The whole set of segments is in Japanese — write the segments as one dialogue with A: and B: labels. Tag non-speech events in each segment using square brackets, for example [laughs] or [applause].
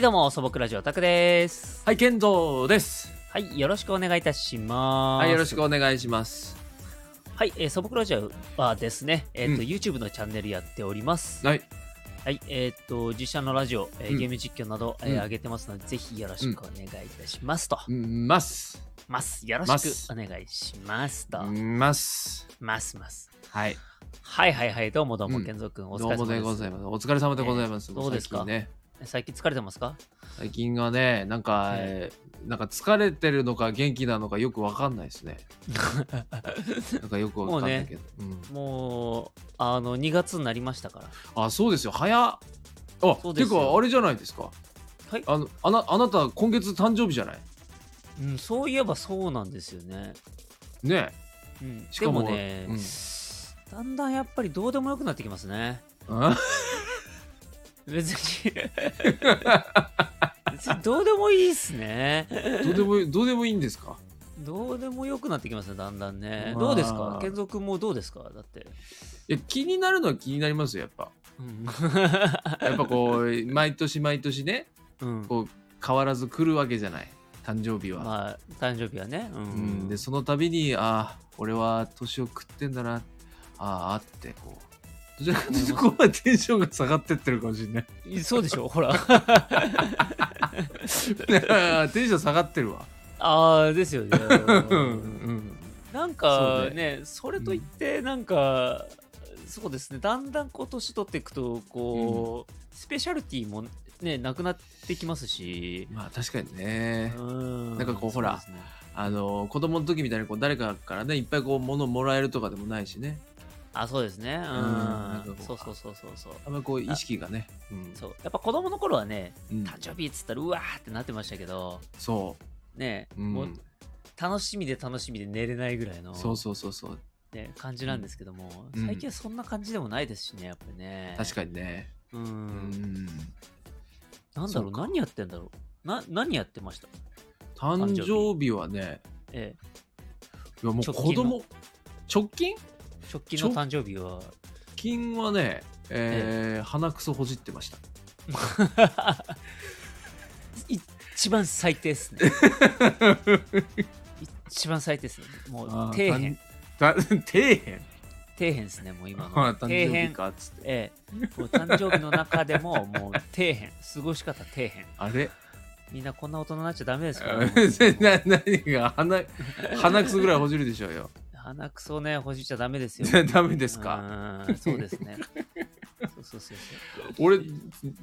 A: どうも素朴ラジオタクです
B: はい、健三です。
A: はいよろしくお願いいたします
B: はい、よろしくお願いします。
A: はい、えー、素朴ラジオはですねえっ、と、
B: うん
A: YouTube のチャンネルやっております
B: はい、
A: はいえっ、と実写のラジオ、えー
B: うん
A: ゲーム実況など、
B: う
A: えー
B: ん
A: 上げてますのでぜひよろしくお願いいたしますと、
B: ます。
A: ますよろ
B: ま
A: し
B: す
A: くお願いしますと、
B: ます。
A: ますます
B: はい、
A: はいはいはいどうもどうも、
B: うん
A: 健三くんお
B: ど
A: 疲
B: う
A: れ様
B: も
A: で
B: ですございます。お疲れ様でございます。
A: えーどうですか
B: 最近ね、
A: 最近疲れてます
B: [laughs]
A: か
B: 最近がね、なんか、
A: え
B: えーなんか疲れてるのか元気なのかよくわかんないですね。なんかよくわかんないけど。うん
A: もうあの2月になりましたから
B: あ、そうですよ。早っ。あ、
A: そうで
B: て
A: すよ
B: かあれじゃないですか。
A: はい
B: あのあなあなた今月誕生日じゃない。
A: うん、そういえばそうなんですよね。
B: ね
A: う
B: え。
A: ん、
B: しかも
A: でもね、
B: うん
A: だんだんやっぱりどうでもよくなってきますね。
B: あ
A: 別
B: [laughs]
A: に別にどうでもいいっすね。
B: どうでもいいどうでもいいんですか。
A: どうでもよくなってきますね、だんだんね。
B: まあ
A: どうですか健三君もどうですかだって。
B: いや気になるのは気になりますよやっぱ。
A: うん。
B: やっぱこう毎年毎年ね
A: うん
B: こう変わらず来るわけじゃない誕生日は、
A: まあ、誕生日はね。うん。
B: うん、でその度にああ俺は年を食ってんだなああってこうどちらかというとここまでテンションが下がってってるかもしれ
A: [laughs]
B: ない
A: そうでしょほ
B: [laughs]
A: ら。
B: テンション下がってるわ
A: ああ、ですよね。
B: うんうん
A: なんか
B: そう
A: ねそれといってなんか、そうですねだんだんこう年取っていくとこう、スペシャルティもねなくなってきますし、
B: まあ確かにね
A: うん
B: なんかこうほら
A: そうですね
B: あの子供の時みたいにこう誰かからねいっぱいこう物もらえるとかでもないしね
A: あそうですねうん、
B: なんかこう
A: そうそうそうそうそう
B: あんまりこう意識がねうん
A: そうやっぱ子供の頃はね
B: うん
A: 誕生日っつったらうわーってなってましたけど
B: そ
A: ね、
B: う、うん
A: もう楽しみで楽しみで寝れないぐらいの、
B: そうそうそうそう
A: ね、感じなんですけども、
B: うん
A: 最近はそんな感じでもないですしねやっぱりね
B: 確かにね
A: にう
B: うんん
A: なんだろ
B: そうう
A: 何やってんだろうな何やってました
B: 誕生日はね
A: ええ
B: いやもう
A: 直近
B: 子供直近
A: 直近の誕生日 [laughs] は
B: 金はね、えー鼻くそほじってました
A: 一番最低っ
B: [laughs]
A: すね一番最低っすねもう
B: あー
A: 底辺
B: た [laughs] 底辺
A: 底辺っすねもう
B: [laughs]
A: 今の
B: あー
A: 底
B: 誕
A: 辺
B: 生日かっつって
A: ええもう誕生日の中でももう底辺過ごし方底辺
B: あれ
A: みんなこんな大人になっちゃダメですから
B: [laughs] な何が鼻鼻くそぐらいほじるでしょうよ
A: 鼻くそねほじっちゃダメですよ
B: [laughs] ダメですか
A: かそうですねそうそうそうそう
B: 俺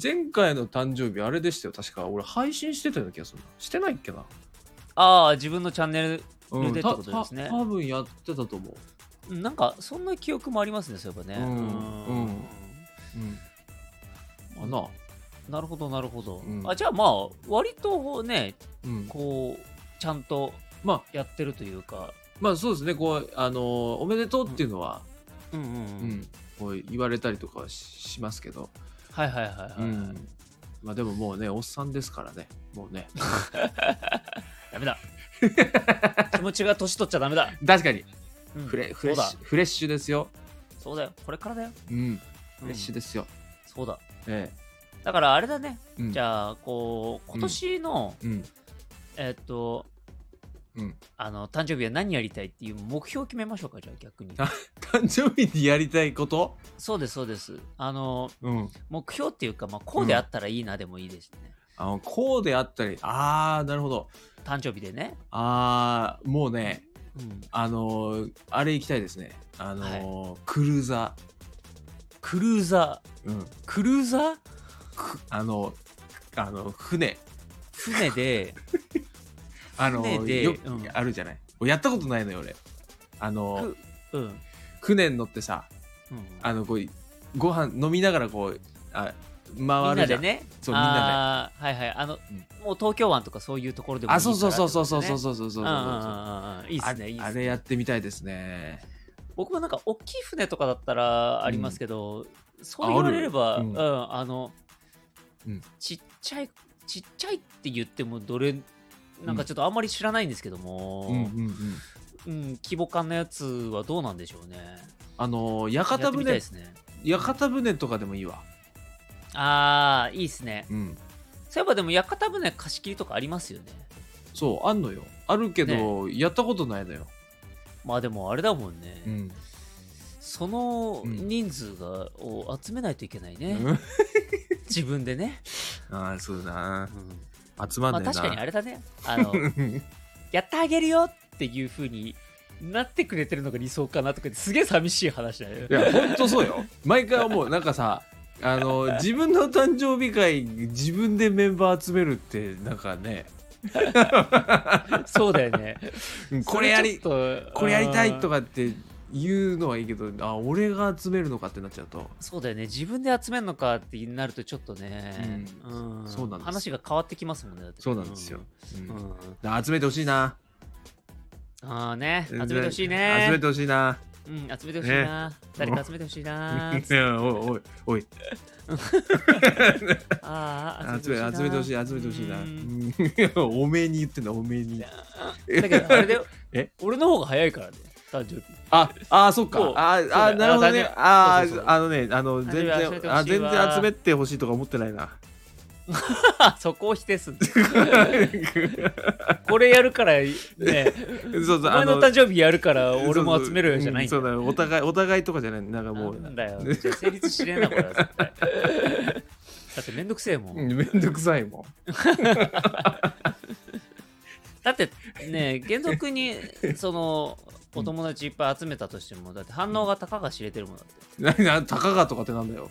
B: 前回の誕生日あれでしたよ確か俺配信してたような気がするなしてないっけな、
A: ああ自分のチャンネル
B: うん、
A: でって
B: た
A: ことですね
B: た多分やってたと思う、
A: なんかそんな記憶もありますねそういえばね
B: うんうん
A: う
B: あ
A: ん
B: な
A: なるほどなるほど、
B: うん
A: あじゃあまあ割とね
B: うん、
A: こうちゃんと
B: まあ
A: やってるというか
B: まあそうですねこうあのーおめでとうっていうのは、
A: うんうん、うん
B: うん、こう言われたりとかはししますけど、
A: はいはいはいはい、
B: うんまあでももうねおっさんですからねもうね
A: ダメだ [laughs] 気持ちが年取っちゃダメだ、
B: [laughs] 確かに
A: うん
B: フレフ
A: そ
B: レ
A: う
B: ッ
A: だ
B: シュフレッシュですよ、
A: そうだよこれからだよ
B: うん、フレッシュ
A: で、
B: ですよ、
A: うんそうだ
B: え
A: だからあれだね、
B: えうん
A: じゃあこう今年の、
B: うん
A: えーっと
B: うん、
A: あの誕生日は何やりたいっていう目標を決めましょうかじゃあ逆に
B: 誕生日にやりたいこと、
A: そうですそうですあの
B: うん、
A: 目標っていうか、まあ、こうであったらいいなでもいいですね、
B: あのこうであったりああなるほど
A: 誕生日でね、
B: ああもうね
A: うん、
B: あのーあれ行きたいですねあのークルーザ
A: クルーザー
B: ー、うん、
A: クルーザー
B: くあのあの船
A: 船で
B: [laughs] あの
A: 船で
B: よく
A: うん
B: あるじゃない、やったことないのよ俺あの
A: くうん、うん、
B: 船に乗ってさあのこうご飯飲みながらこうあ
A: み
B: 回
A: ん
B: る
A: な
B: じ
A: で
B: ゃん
A: ね
B: そうみんなで
A: あーはいはいあの、
B: うん
A: もう東京湾とかそういうところでもいい
B: あそうそうそうそうそうそう
A: う
B: そうそうそうそううん
A: うんうん
B: あ
A: うんいいですねいいっすね
B: あれやってみたいですね
A: 僕もなんか大きい船とかだったらありますけど、そう言われれば
B: あ
A: う
B: る
A: ん、
B: うん
A: あの、
B: うん
A: ちっちゃいちっちゃいって言ってもどれなんかちょっとあんまり知らないんですけども、
B: うんうんうん
A: うん、規模感のやつはどうなんでしょうね。
B: あのー
A: や
B: 屋
A: って
B: 形
A: みたい
B: 船
A: ですね。
B: 屋形船とかでもいいわ
A: ああ、いいですね。
B: うん
A: そういえばでも屋形船貸し切りとかありますよね。
B: そうあんのよあるけど、やったことないのよ、
A: まあでもあれだもんね。
B: うん
A: その
B: うん
A: 人数が、を集めないといけないね。自分でね。
B: ああそうだな
A: うん
B: 集まん
A: ま
B: ね
A: あ
B: えな、
A: 確かにあれだね。あ
B: [laughs]
A: の、やってあげるよっていう風になってくれてるのが理想かなとかってすげえ寂しい話だね。
B: いや本当そうよ毎回思うなんかさあの自分の誕生日会自分でメンバー集めるってなんかね
A: そうだよね。
B: これやり
A: そちょっと
B: これやりたいと
A: か。
B: かって言うのはいいけどあ俺が集めるのかってなっちゃうと
A: そうだよね。自分で集めるのかってなるとちょっとね。うん
B: そうなんです
A: 話が変わってきますもんね。だって
B: そうなんですよ。、
A: うん
B: うん
A: うん
B: あ集めてほしいな
A: ああね。集めてほしいね。
B: 集めてほしいな
A: うん、集めてほしいな。誰か集めてほしい
B: [laughs]
A: な。
B: いやおいおいおい
A: ああ、
B: 集め集めてほしい集めてほしいな
A: うん
B: うん [laughs] おめえに言ってんだおめえに
A: だけど、あれで
B: [laughs] え、
A: 俺の方が早いからね。誕
B: [laughs]
A: 生日。
B: ああそっか
A: そう
B: あ
A: だ
B: あなるほどねあ
A: あそうそうそう
B: あのねあの全
A: 集めてほしい
B: 然
A: わ
B: あ全然集めてほしいとか思ってな
A: [laughs]
B: いな
A: あそこを否定すんだこれやるからね
B: そう [laughs] そう
A: お前の誕生日やるから俺も集めるじゃないんだ
B: そうそううんそうだよお互いお互いとかじゃないなんか
A: な
B: もうん
A: だよじゃあ成立しねえなこれは絶
B: [laughs]
A: 対だってめんどくせえもん、
B: うんめんどくさいもん
A: だってね原則にそのお友達いっぱい集めたとしてもだって反応がたかが知れてるもんだって
B: ななたかがとかってなんだよ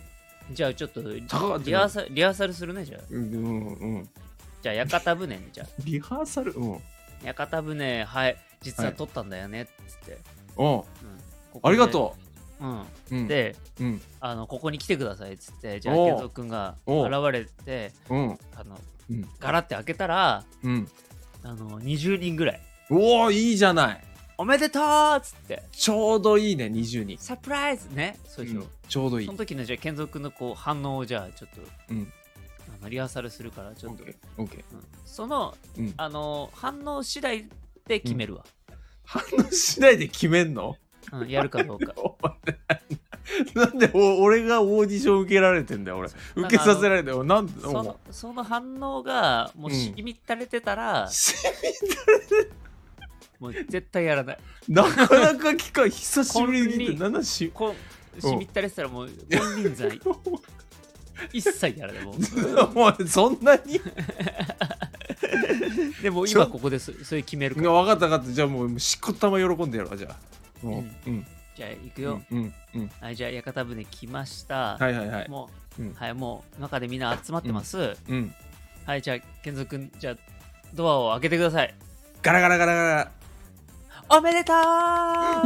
A: じゃあちょっと
B: たかがって
A: リハーサルリハーサルするねじゃあ
B: うんうんうん
A: じゃあ屋形船にじゃあ
B: リハーサルうん
A: 屋形船はい実は撮ったんだよねっつって、うん
B: お
A: ここで
B: ありがと
A: う、うん、
B: ううん
A: で
B: うん
A: あのここに来てくださいっつってじゃあ
B: おう
A: 健三君が
B: おう
A: 現れて
B: うん
A: あの
B: うん
A: ガラって開けたら
B: うん
A: あの20人ぐらい
B: おおいいじゃない
A: 「おめでとう!」っつって
B: ちょうどいいね20
A: 「
B: 人
A: サプライズね」そうでしょ、
B: ちょうどいい
A: その時のじゃあ健三君のこう反応をじゃあちょっと、
B: うん
A: あのリハーサルするからちょっと、
B: オッケー
A: うんその
B: うん
A: あの反応次第で決めるわ、
B: 反応しないで決めんの [laughs]
A: うんやるかどうか
B: お前なんでお俺がオーディション受けられてんだよ俺受けさせられてよなんで
A: そのその反応がもうしみったれてたら、もう絶対やらない
B: [laughs] なかなか聞かん久しぶりにって7し
A: こんしみったれてたらもう金輪
B: [laughs]
A: 際一切やらないもう
B: お前そんなに
A: でも
B: ちょ
A: 今ここですそれ決めるから、
B: 分かった分かったじゃあもうしこたま喜んでやろうじゃあもううん
A: じゃあ行く
B: う
A: よ、
B: んうんうん
A: はいじゃあ屋形船来ました、
B: はいはいはい
A: もう、
B: うん
A: はいもう中でみんな集まってます、
B: うん
A: はいじゃあ健三君じゃあドアを開けてください
B: ガラガラガラガラ
A: おめでとうう
B: うわ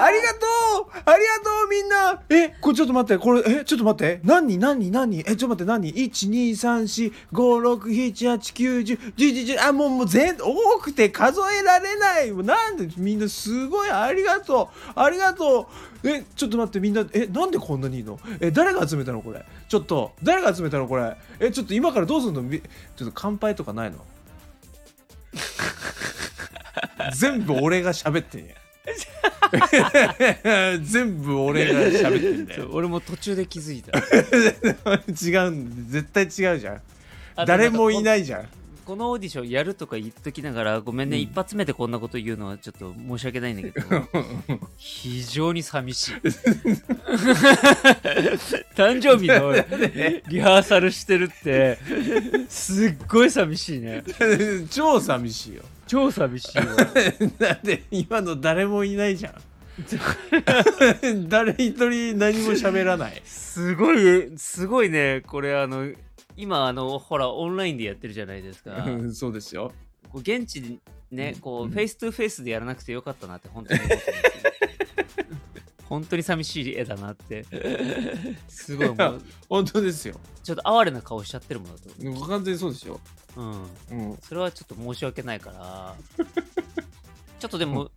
B: ありがとうありがとうみんなえこれちょっと待ってこれえちょっと待って何何何えちょっと待って何 ?1234567891011あもうもう全多くて数えられないもうなんでみんなすごいありがとうありがとうえちょっと待ってみんなえなんでこんなにいいのえ誰が集めたのこれちょっと誰が集めたのこれえちょっと今からどうすんのみちょっと乾杯とかないの全部俺が喋ってんや
A: [laughs]
B: 全部俺が喋ってんだよ
A: 俺も途中で気づ [laughs] いた
B: 違うん絶対違うじゃん
A: あと
B: 誰もい
A: んか
B: ないじゃん
A: ここのオーディションやるとか言っときながらごめんね、
B: うん
A: 一発目でこんなこと言うのはちょっと申し訳ないんだけど非常に寂 [laughs] しい誕生日のリハーサルしてるってすっごい寂しいね
B: 超寂しいよ
A: 超寂しいわ
B: だって今の誰もいないじゃん誰一人何も喋らない
A: すごいすごいねこれあの今あのほらオンラインでやってるじゃないですか
B: うんそうですよ
A: こう現地でねこう、
B: うん
A: フェイストゥフェイスでやらなくてよかったなって本当に思ってます本当に寂しい絵だなってすごいも
B: [laughs]
A: う
B: 本当ですよ
A: ちょっと哀れな顔しちゃってるもんだと
B: 完全にそうですよ、
A: 思う、うん、
B: うん、
A: それはちょっと申し訳ないからちょっとでも、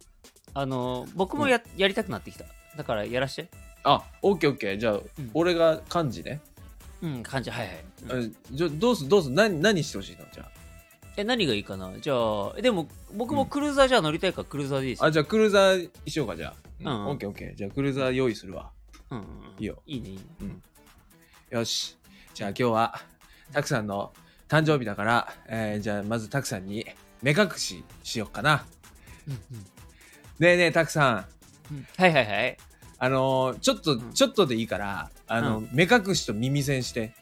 A: あの僕もややりたくなってきただからやらして
B: あオッケーオッケーじゃあ、
A: ん
B: 俺が漢字ね、
A: うん感じはいはい、うん
B: あじゃあどうすどうす何何してほしいのじゃ
A: え何がいいかなじゃあえでも僕もクルーザーじゃあ乗りたいからクルーザーでいいです
B: あ
A: よ
B: あじゃあクルーザーにしようかじゃあ、
A: うん
B: オッケーオッケーじゃあクルーザー用意するわ
A: うんうんうん
B: いいよ
A: いいねいいね
B: よし。じゃあ今日は、たくさんの誕生日だから、えーじゃあまずたくさんに目隠ししよっかな。
A: うんうん
B: ねえねえたくさ
A: う
B: ん
A: んはいはいはい。
B: あのーちょっと、
A: ん
B: ちょっとでいいからあの、
A: う
B: 目隠しと耳栓して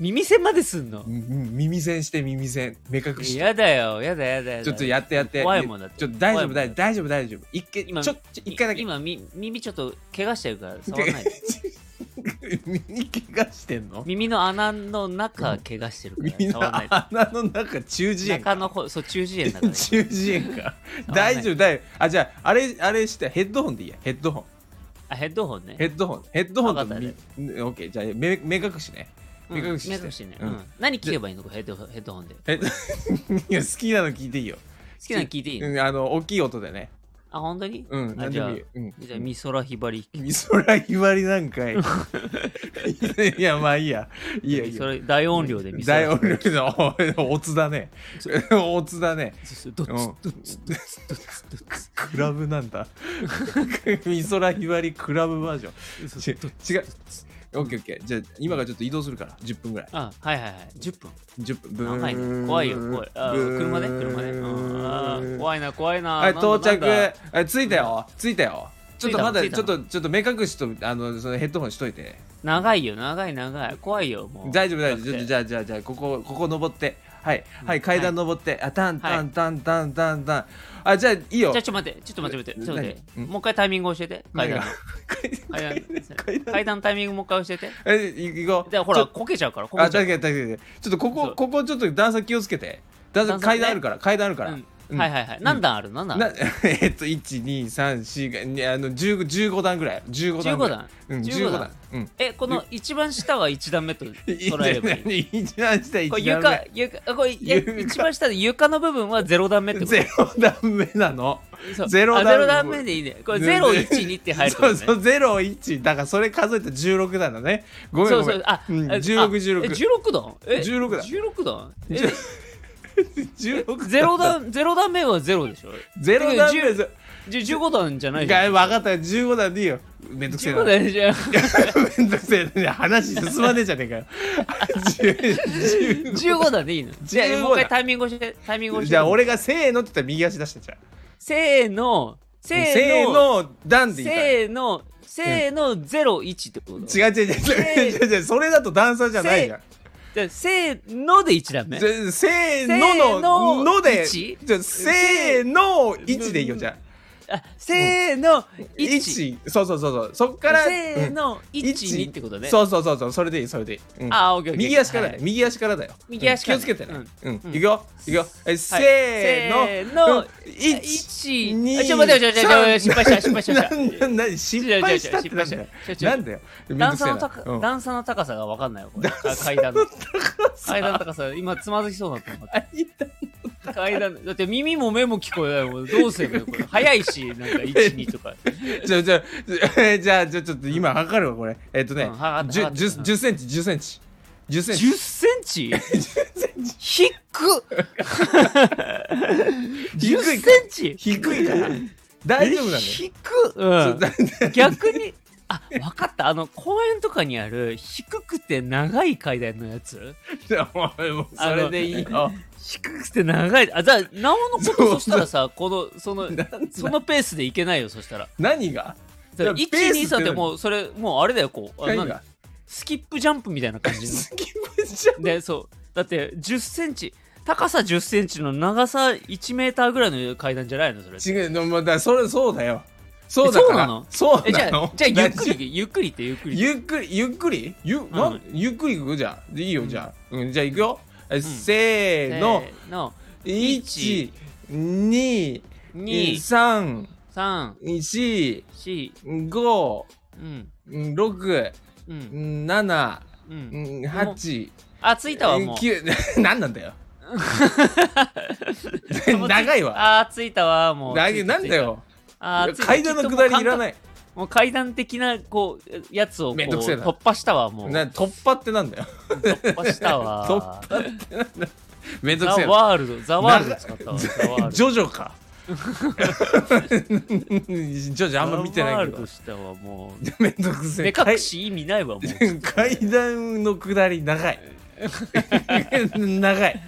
A: 耳栓まですんの
B: うんうん耳栓して耳栓目隠し
A: やだよ、やだやだやだ。
B: ちょっとやってやって
A: 怖いもんだって
B: ちょっと大丈
A: 怖
B: 夫大
A: い
B: 丈
A: も
B: 夫
A: ん
B: 大丈夫大丈夫一回
A: 今
B: ちょちょ一回だけ
A: 今み、耳ちょっと怪我してるから触ら [laughs] ないで。
B: [laughs] 耳怪我してんの
A: 耳の穴の中怪我してるから
B: 耳の
A: 触らないで。
B: 穴の中中耳炎
A: 中
B: か。
A: の方、そう、中耳炎だから [laughs]
B: 中耳炎か
A: 触らない
B: 大丈夫大丈夫あじゃああれあれしてヘッドホンでいいやヘッドホン
A: あ、ヘッドホンね。
B: ヘッドホンヘッドホンと
A: わかった
B: みうんオッケーじゃあ目目隠しね
A: うん
B: 目隠しして
A: ね。
B: う
A: うんん何聞けばいいのこれヘッドヘッドホンで。好
B: え [laughs] いや好きなの聞いていいよ
A: きなの聞いていいの
B: うんあの大きい音でね
A: あ、本当に
B: うん
A: あ
B: 何
A: じ
B: で
A: ゃあ
B: もいいようん
A: じゃあ、美空ひばり。
B: 美空ひばりな
A: [laughs]
B: んかいいやまあいいやいいやいい
A: そ
B: や
A: れ大音量で美
B: 大
A: 空
B: 音量のおおつだね
A: そ
B: おつだね
A: そうそうどっ
B: うん
A: ちどっちどっちどっちどっち
B: クラブなんだ [laughs] 美空ひばりクラブバージョン
A: そう
B: ち
A: そう
B: 違う。オッケーオッケー。じゃあ今からちょっと移動するから、10分ぐらい。
A: あ、はいはいはい。10分。
B: 10分。ブーン
A: 長いね。怖いよ、怖い。あ
B: ブーン
A: 車ね、車ね。うんあー怖いな、怖いな。
B: はい、
A: なんだ
B: 到着
A: なんだ。
B: あ着いたよ。着いたよ。ちょっとまだ、
A: 着い
B: ち
A: た
B: ょっ
A: の
B: と、ちょっと目隠しと、あの、そのヘッドホンしといて。
A: 長いよ、長い長い。怖いよ、もう。
B: 大丈夫、大丈夫。ち
A: だ
B: ょっと
A: って
B: じゃあ、じゃあ、じゃあ、ここ、ここ登って。はい、はい、階段登って。あ、タン、
A: はい
B: タン、タン、タン、タン、タン。あ、じゃあ、いい
A: じ
B: よ
A: ゃあ、。ちょっと待って、ちょっと待って、ちょっと待って。ちょっと待って
B: 何うん
A: もう一回タイミング教えて。階段の。
B: 何が
A: 階
B: [laughs] 階
A: 段
B: 段
A: 階段のタイミングもう一回教えて。
B: え、行こう。
A: じゃあ、ほ
B: ち
A: ら、
B: ょ
A: こけちゃうから、こ
B: あ、
A: けちゃ
B: だ
A: うか
B: けだけだけ。ちょっとこ
A: そ
B: こ、
A: う
B: ここ、ちょっと段差気をつけて。段差、
A: 段差ね。
B: 階段あるから、階段あるからら
A: うん。
B: うん
A: はいはいはい。何段あるの何
B: な [laughs]
A: 段
B: えっと1234あの15 15段ぐらい15段ぐ
A: ?15
B: らい
A: 段。
B: うん
A: 15
B: 15
A: 段
B: 段うん
A: え、この一番下は1段目と
B: [laughs]
A: 捉えればいい。
B: 一番下一
A: これ
B: 段
A: 床
B: 目、
A: 床、これ、え
B: 床
A: 一番下で床の部分は0段目ってこと
B: [laughs] ゼロ段目なの
A: そう
B: ゼロ
A: あ
B: 段
A: ゼロ段目でいいね。これゼロ一二って入るか
B: そ
A: ら
B: う
A: ね。
B: そう01だからそれ数えたら16段だねごめん
A: そ
B: ご
A: う
B: め
A: そ
B: ん
A: うあ、
B: うん
A: あえ
B: 1616
A: 16段え
B: 16段
A: 16段えゼロ
B: 16段
A: 段ゼ [laughs] ロ段目はゼロでしょ
B: ゼロ段目
A: 10
B: ゼ
A: じゃ15段じゃない
B: 分
A: じゃん
B: かった15段でいいよめんどくせえ
A: 15
B: な
A: 段じゃん
B: [laughs] めんどくせえな話進まねえじゃねえかよ
A: [laughs]
B: 10
A: 15段でいいのじゃあ
B: 15段
A: もう一回タイミングしてタイミングして
B: じゃあ俺がせーのって言ったら右足出してじゃん
A: せーのせ
B: せ
A: ー
B: ー
A: の
B: の、段でいいから。
A: せーのせーのゼロ一ってこと
B: 違う違う違う違う違う違う、それだと段差じゃないじゃん。
A: じゃあせーので一段目
B: じゃせーの
A: せーの
B: の、ので、
A: 一
B: じゃせーの、1でいいよ、じゃあ。
A: あせーの一
B: 1、そうそうそう、そうそっから、
A: せー
B: うん
A: の一
B: 一
A: 二ってことね
B: そうそうそう、そうそれでいい、それでいい。うん
A: あーオッケーオッケー
B: 右足からだ
A: は
B: よ
A: い、
B: 右足からだよ。
A: 右足から
B: うん気をつけてね。う
A: うんん、
B: いくよ、いくよ。えせーの、
A: せ
B: 1、
A: 1
B: 2、
A: あちょ待って待って待って失敗した失敗しました
B: [laughs] ななな失敗したってなんだよ
A: 失敗。した
B: なんだよ。
A: 段差の
B: めんどくせえ
A: 高
B: なうん
A: 段差の高さが分かんないよこれ階段の階段の高さ今つまずきそうだったの階段だって耳も目も聞こえないもんどうする
B: [laughs]
A: のこれ早いしなんか12とか
B: じゃあ、じゃあ、 [laughs] じゃあ、じゃあ、ちょっと今測るわ、これ。えっとね
A: うん、測って
B: 十
A: 測って
B: 十十センチ、十センチ。十センチ。
A: 10センチ低っ10センチ
B: 低いから。大丈夫なのよ
A: 低っ、うん
B: そう
A: 逆にあ分かったあの公園とかにある低くて長い階段のやつ
B: じゃあもうもうそれでいいよ。
A: 低くて長いあじゃあなおのこ
B: そう
A: とそしたらさこのそ
B: [laughs]
A: のそのペースでいけないよそしたら
B: 何が
A: だから
B: いやペースって
A: 123ってもうそれもうあれだよこうあな
B: 何
A: んだ
B: が
A: スキップジャンプみたいな感じ
B: [laughs] スキムじゃん
A: のでそうだって1 0センチ高さ1 0センチの長さ1メーターぐらいの階段じゃないのそれって
B: 違うの、まあだからそれ、そうだよ。そうだから。そう
A: えじゃ
B: な
A: あ
B: の
A: じゃあゆっく
B: だ
A: りゆっくりってゆっくり
B: ゆっくり、ゆっくりゆなんゆっくり行くじゃん。いいよ、じゃあ。うんじゃあ行くよ。えせーの、
A: せの
B: 1、2、
A: 2
B: 3、
A: 3
B: 4、
A: 4
B: 五、
A: うん
B: 六、
A: うん
B: 七、
A: うん
B: 八、
A: あ着いたわもう
B: 九、 [laughs] 何なん
A: [laughs]
B: だよ。長いわ。
A: あー着いたわもう
B: 長
A: 着い
B: い
A: た
B: なんだよ。
A: あー着いた
B: 階段の下りいら
A: い
B: ない。
A: もう階段的なこうやつをこう
B: めんどくせえな
A: 突破したわもう
B: な突破ってなんだよ。
A: 突破したわ
B: [laughs] 突破ってなんだよ。めんどく
A: ザ
B: せえな。
A: ワールドザワールド使
B: [laughs]
A: ったわザワール
B: ジ
A: ド
B: ョジョ
A: [laughs]
B: か。ジョジョあんま見て
A: ザ
B: な
A: ワー
B: いけ
A: ル
B: ど
A: ド。したわもう
B: めんどくせえ。
A: 目隠し意味ないわもう
B: 階段の下り長い。長い
A: [laughs] 長い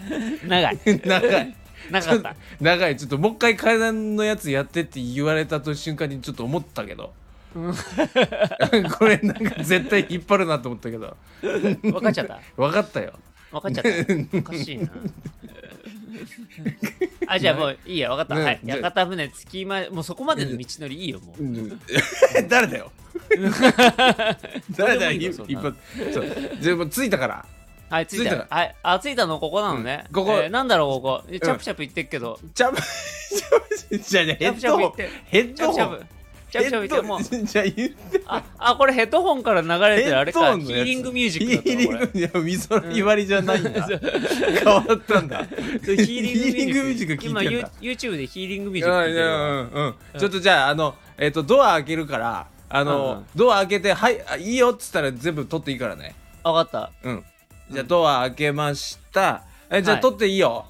B: 長い
A: 長かった
B: 長いちょっともう一回階段のやつやってって言われたと瞬間にちょっと思ったけどこれなんか絶対引っ張るなと思ったけど
A: 分かっちゃった
B: 分かったよ
A: 分かっちゃったおかしい
B: [laughs]
A: なあじゃあもういいや分かった、
B: ね
A: はい
B: じゃあ
A: 屋形船着きまもうそこまでの道のりいいよもう
B: 誰だよ誰
A: どうでも
B: だよ
A: いいよ
B: 引っ
A: そんな
B: 張っそうじゃあもう着いたから
A: はい着い
B: 着
A: た
B: いた
A: はいあ着いたのここなのね、
B: うんここ
A: えーなんだろうここえチャプチャプ言ってっけど、
B: じゃあじゃあじゃあヘ
A: チャプチャプ言
B: ッドホン
A: って
B: ヘッ
A: チャ
B: ド
A: プチ
B: ホ
A: ャ
B: ン
A: プチャプチャプ言ってもう
B: ヘッドじゃあ言って
A: ああこれヘッドホンから流れてるあれ
B: ヘッド
A: か
B: ホン
A: ヒ
B: のや
A: ー
B: つ
A: リングミュージ
B: ヒ
A: ックだった
B: ー
A: の
B: リ
A: こ
B: ン
A: れ
B: グいや美空ひばりじゃないんだ変わったんだ
A: そう
B: ヒ
A: ヒーリングミュージック
B: ヒー
A: 今
B: リングミュージック聞いてんだ
A: You- YouTube でヒーリングミュージック聞いてるわ
B: うんうんうんちょっとじゃああのえっとドア開けるからあ
A: うんう
B: の
A: ん
B: ドア開けてはいあいいよっつったら全部取っていいからね
A: 分かった
B: うんじゃあドア開けましたえじゃあ
A: はい
B: 取っていいよ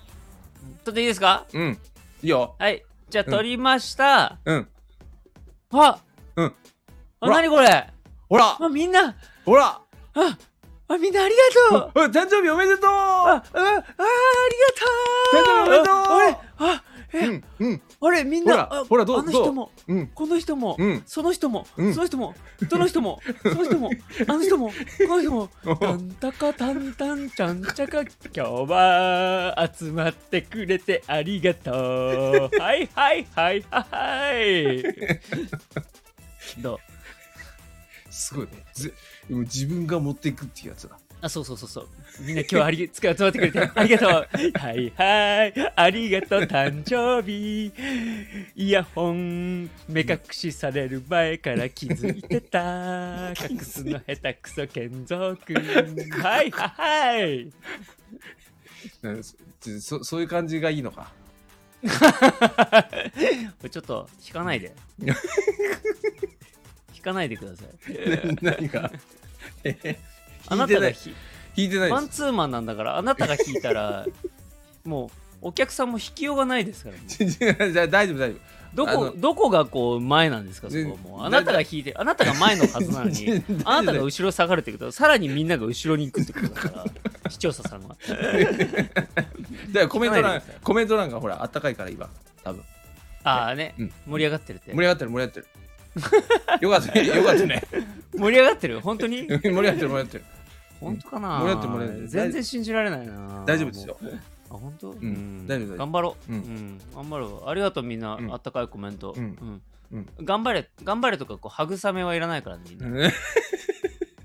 A: 撮っていいですか
B: うんいいよ
A: はいじゃあ
B: うん
A: 撮りました、
B: うん
A: あ
B: うん
A: あ
B: ほら
A: 何これ
B: ほら
A: あみんな
B: ほら
A: ああみんなありがとう
B: お誕生日おめでとう
A: あああありがとう
B: 誕生日おめでとう
A: ああれあえ、
B: うんうん
A: あれみん
B: ほ
A: な
B: ら
A: あ
B: ほらどう
A: あの
B: ど
A: 人
B: う
A: も
B: うん
A: この人も、
B: うん
A: その人も、
B: うん
A: その人も、どの人
B: [laughs]
A: も、その人も、あの人も、この人も、
B: お
A: なんたかたんたんちゃんちゃか、今日は集まってくれてありがとう。はいはいはい
B: [laughs]
A: はいはい。どう
B: すごいねぜもう自分が持っていくっていうやつだ
A: あ、そうそうそうそう。みんな今日はあり、 [laughs] つか集まってくれてありがとう。はいはい、ありがとう、誕生日。 [laughs] イヤホン、目隠しされる前から気づいて [laughs] た。隠すの下手くそ、健三くん。はいはい。
B: うんそそそういう感じがいいのか
A: ちょっと、引か [laughs] ないで。引かないでください。
B: [laughs] 何が
A: あ
B: 弾い
A: な
B: て
A: た
B: な
A: が
B: い
A: ひ、
B: 弾いてない
A: マ
B: で
A: ン
B: す
A: ツーマンなんだから、あなたが引いたら、もう、お客さんも引きようがないですからね。
B: [laughs] じゃあ大丈夫大丈夫
A: ど
B: あ
A: こ
B: の
A: どこがこう前なんですかそこはもうあなたが引いてあなたが前のはずなの
B: 全
A: に
B: 然
A: あなたが後ろ下がるってことはさらにみんなが後ろに行くってことだから視聴者さんは
B: だからコメント
A: 聞かないでく
B: 欄
A: ださい
B: コメント欄がほらあったかいから今多分
A: ああね、
B: うん
A: 盛り上がってるって
B: 盛り上がってる盛り上がってる [laughs] よかったねよかったね
A: 盛り上がってる本当
B: [laughs]
A: に
B: 盛り上がってる盛り上がってる
A: 本当かな
B: 盛り上がってる盛り上がってる
A: 全然信じられないな
B: 大丈夫ですよ
A: あ本当、うん
B: 大丈夫大丈夫
A: 頑張ろう、
B: う
A: うんん頑張ろうありがとうみんな、
B: うん
A: あったかいコメント、
B: うん [laughs]
A: うん頑張れ頑張れとかこう慰めはいらないからねみんな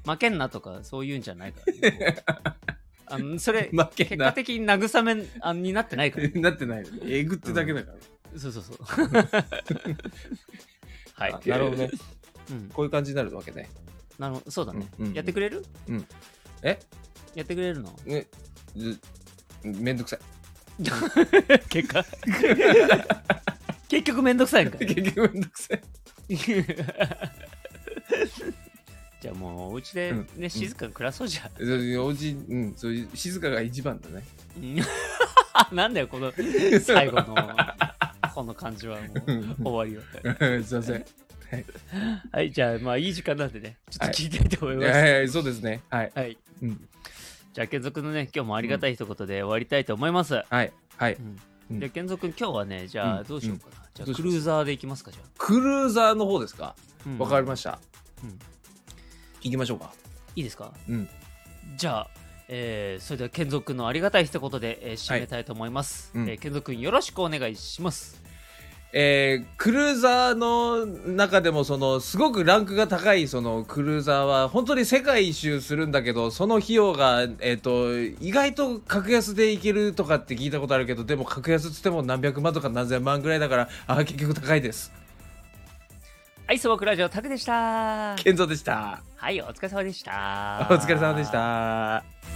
A: 負けんなとかそういうんじゃないから、ね、
B: [laughs]
A: あのそれ
B: 負け
A: 結
B: ん
A: 果
B: な
A: 的に慰めあになってないから、ね、
B: [laughs] なってないよねえぐってだけだか
A: [laughs]
B: ら
A: そうそう [laughs] そうはい
B: あなるほどね
A: うん、
B: こういう感じになるわけね
A: なるほどそうだね、
B: うんうん
A: やってくれる
B: え
A: やってくれる [laughs] の
B: ねずめんどくさい
A: 結 [laughs] 果結局めんどくさいんかい [laughs]
B: 結局めんどくさい
A: じゃあもうお家で
B: う
A: ね
B: ん、
A: 静かに暮らそうじゃん。
B: それおじうんそういう静かが一番だね
A: [laughs] なんだよ、この最
B: [laughs]
A: 後 [laughs] のこの感じはも
B: うん
A: う終わりよ。
B: うんすいません
A: はい、じゃあまあいい時間なんでね、ちょっと聞いたいと思い
B: い
A: ます。はい。
B: やいやそうですねはいうん
A: じゃあ、健君のね、今日もありがたい一言で終わりたいと思います。
B: はいはいうん
A: じゃあ、健君、今日はね、じゃ
B: う
A: あ
B: ん
A: どうしようかな。じゃ
B: どう
A: あ、
B: しま
A: ク
B: す
A: ルーザーでいきますか、じゃ
B: クルーザーの方ですか
A: あ。
B: わかり
A: ま
B: ました
A: うん
B: 行きましょうか
A: いいですか
B: うん
A: じゃあ、えーそれでは健三君のありがたい一言で、えー締めたいと思います。
B: はいうん
A: えー健三君よろしくお願いします。
B: えークルーザーの中でもそのすごくランクが高いそのクルーザーは本当に世界一周するんだけどその費用が、えー、と意外と格安で行けるとかって聞いたことあるけどでも格安っつっても何百万とか何千万ぐらいだからあー結局高いです
A: はい、そばくラジオタクでした。
B: 健三でした
A: はい、お疲れ様でした。
B: お疲れ様でし。た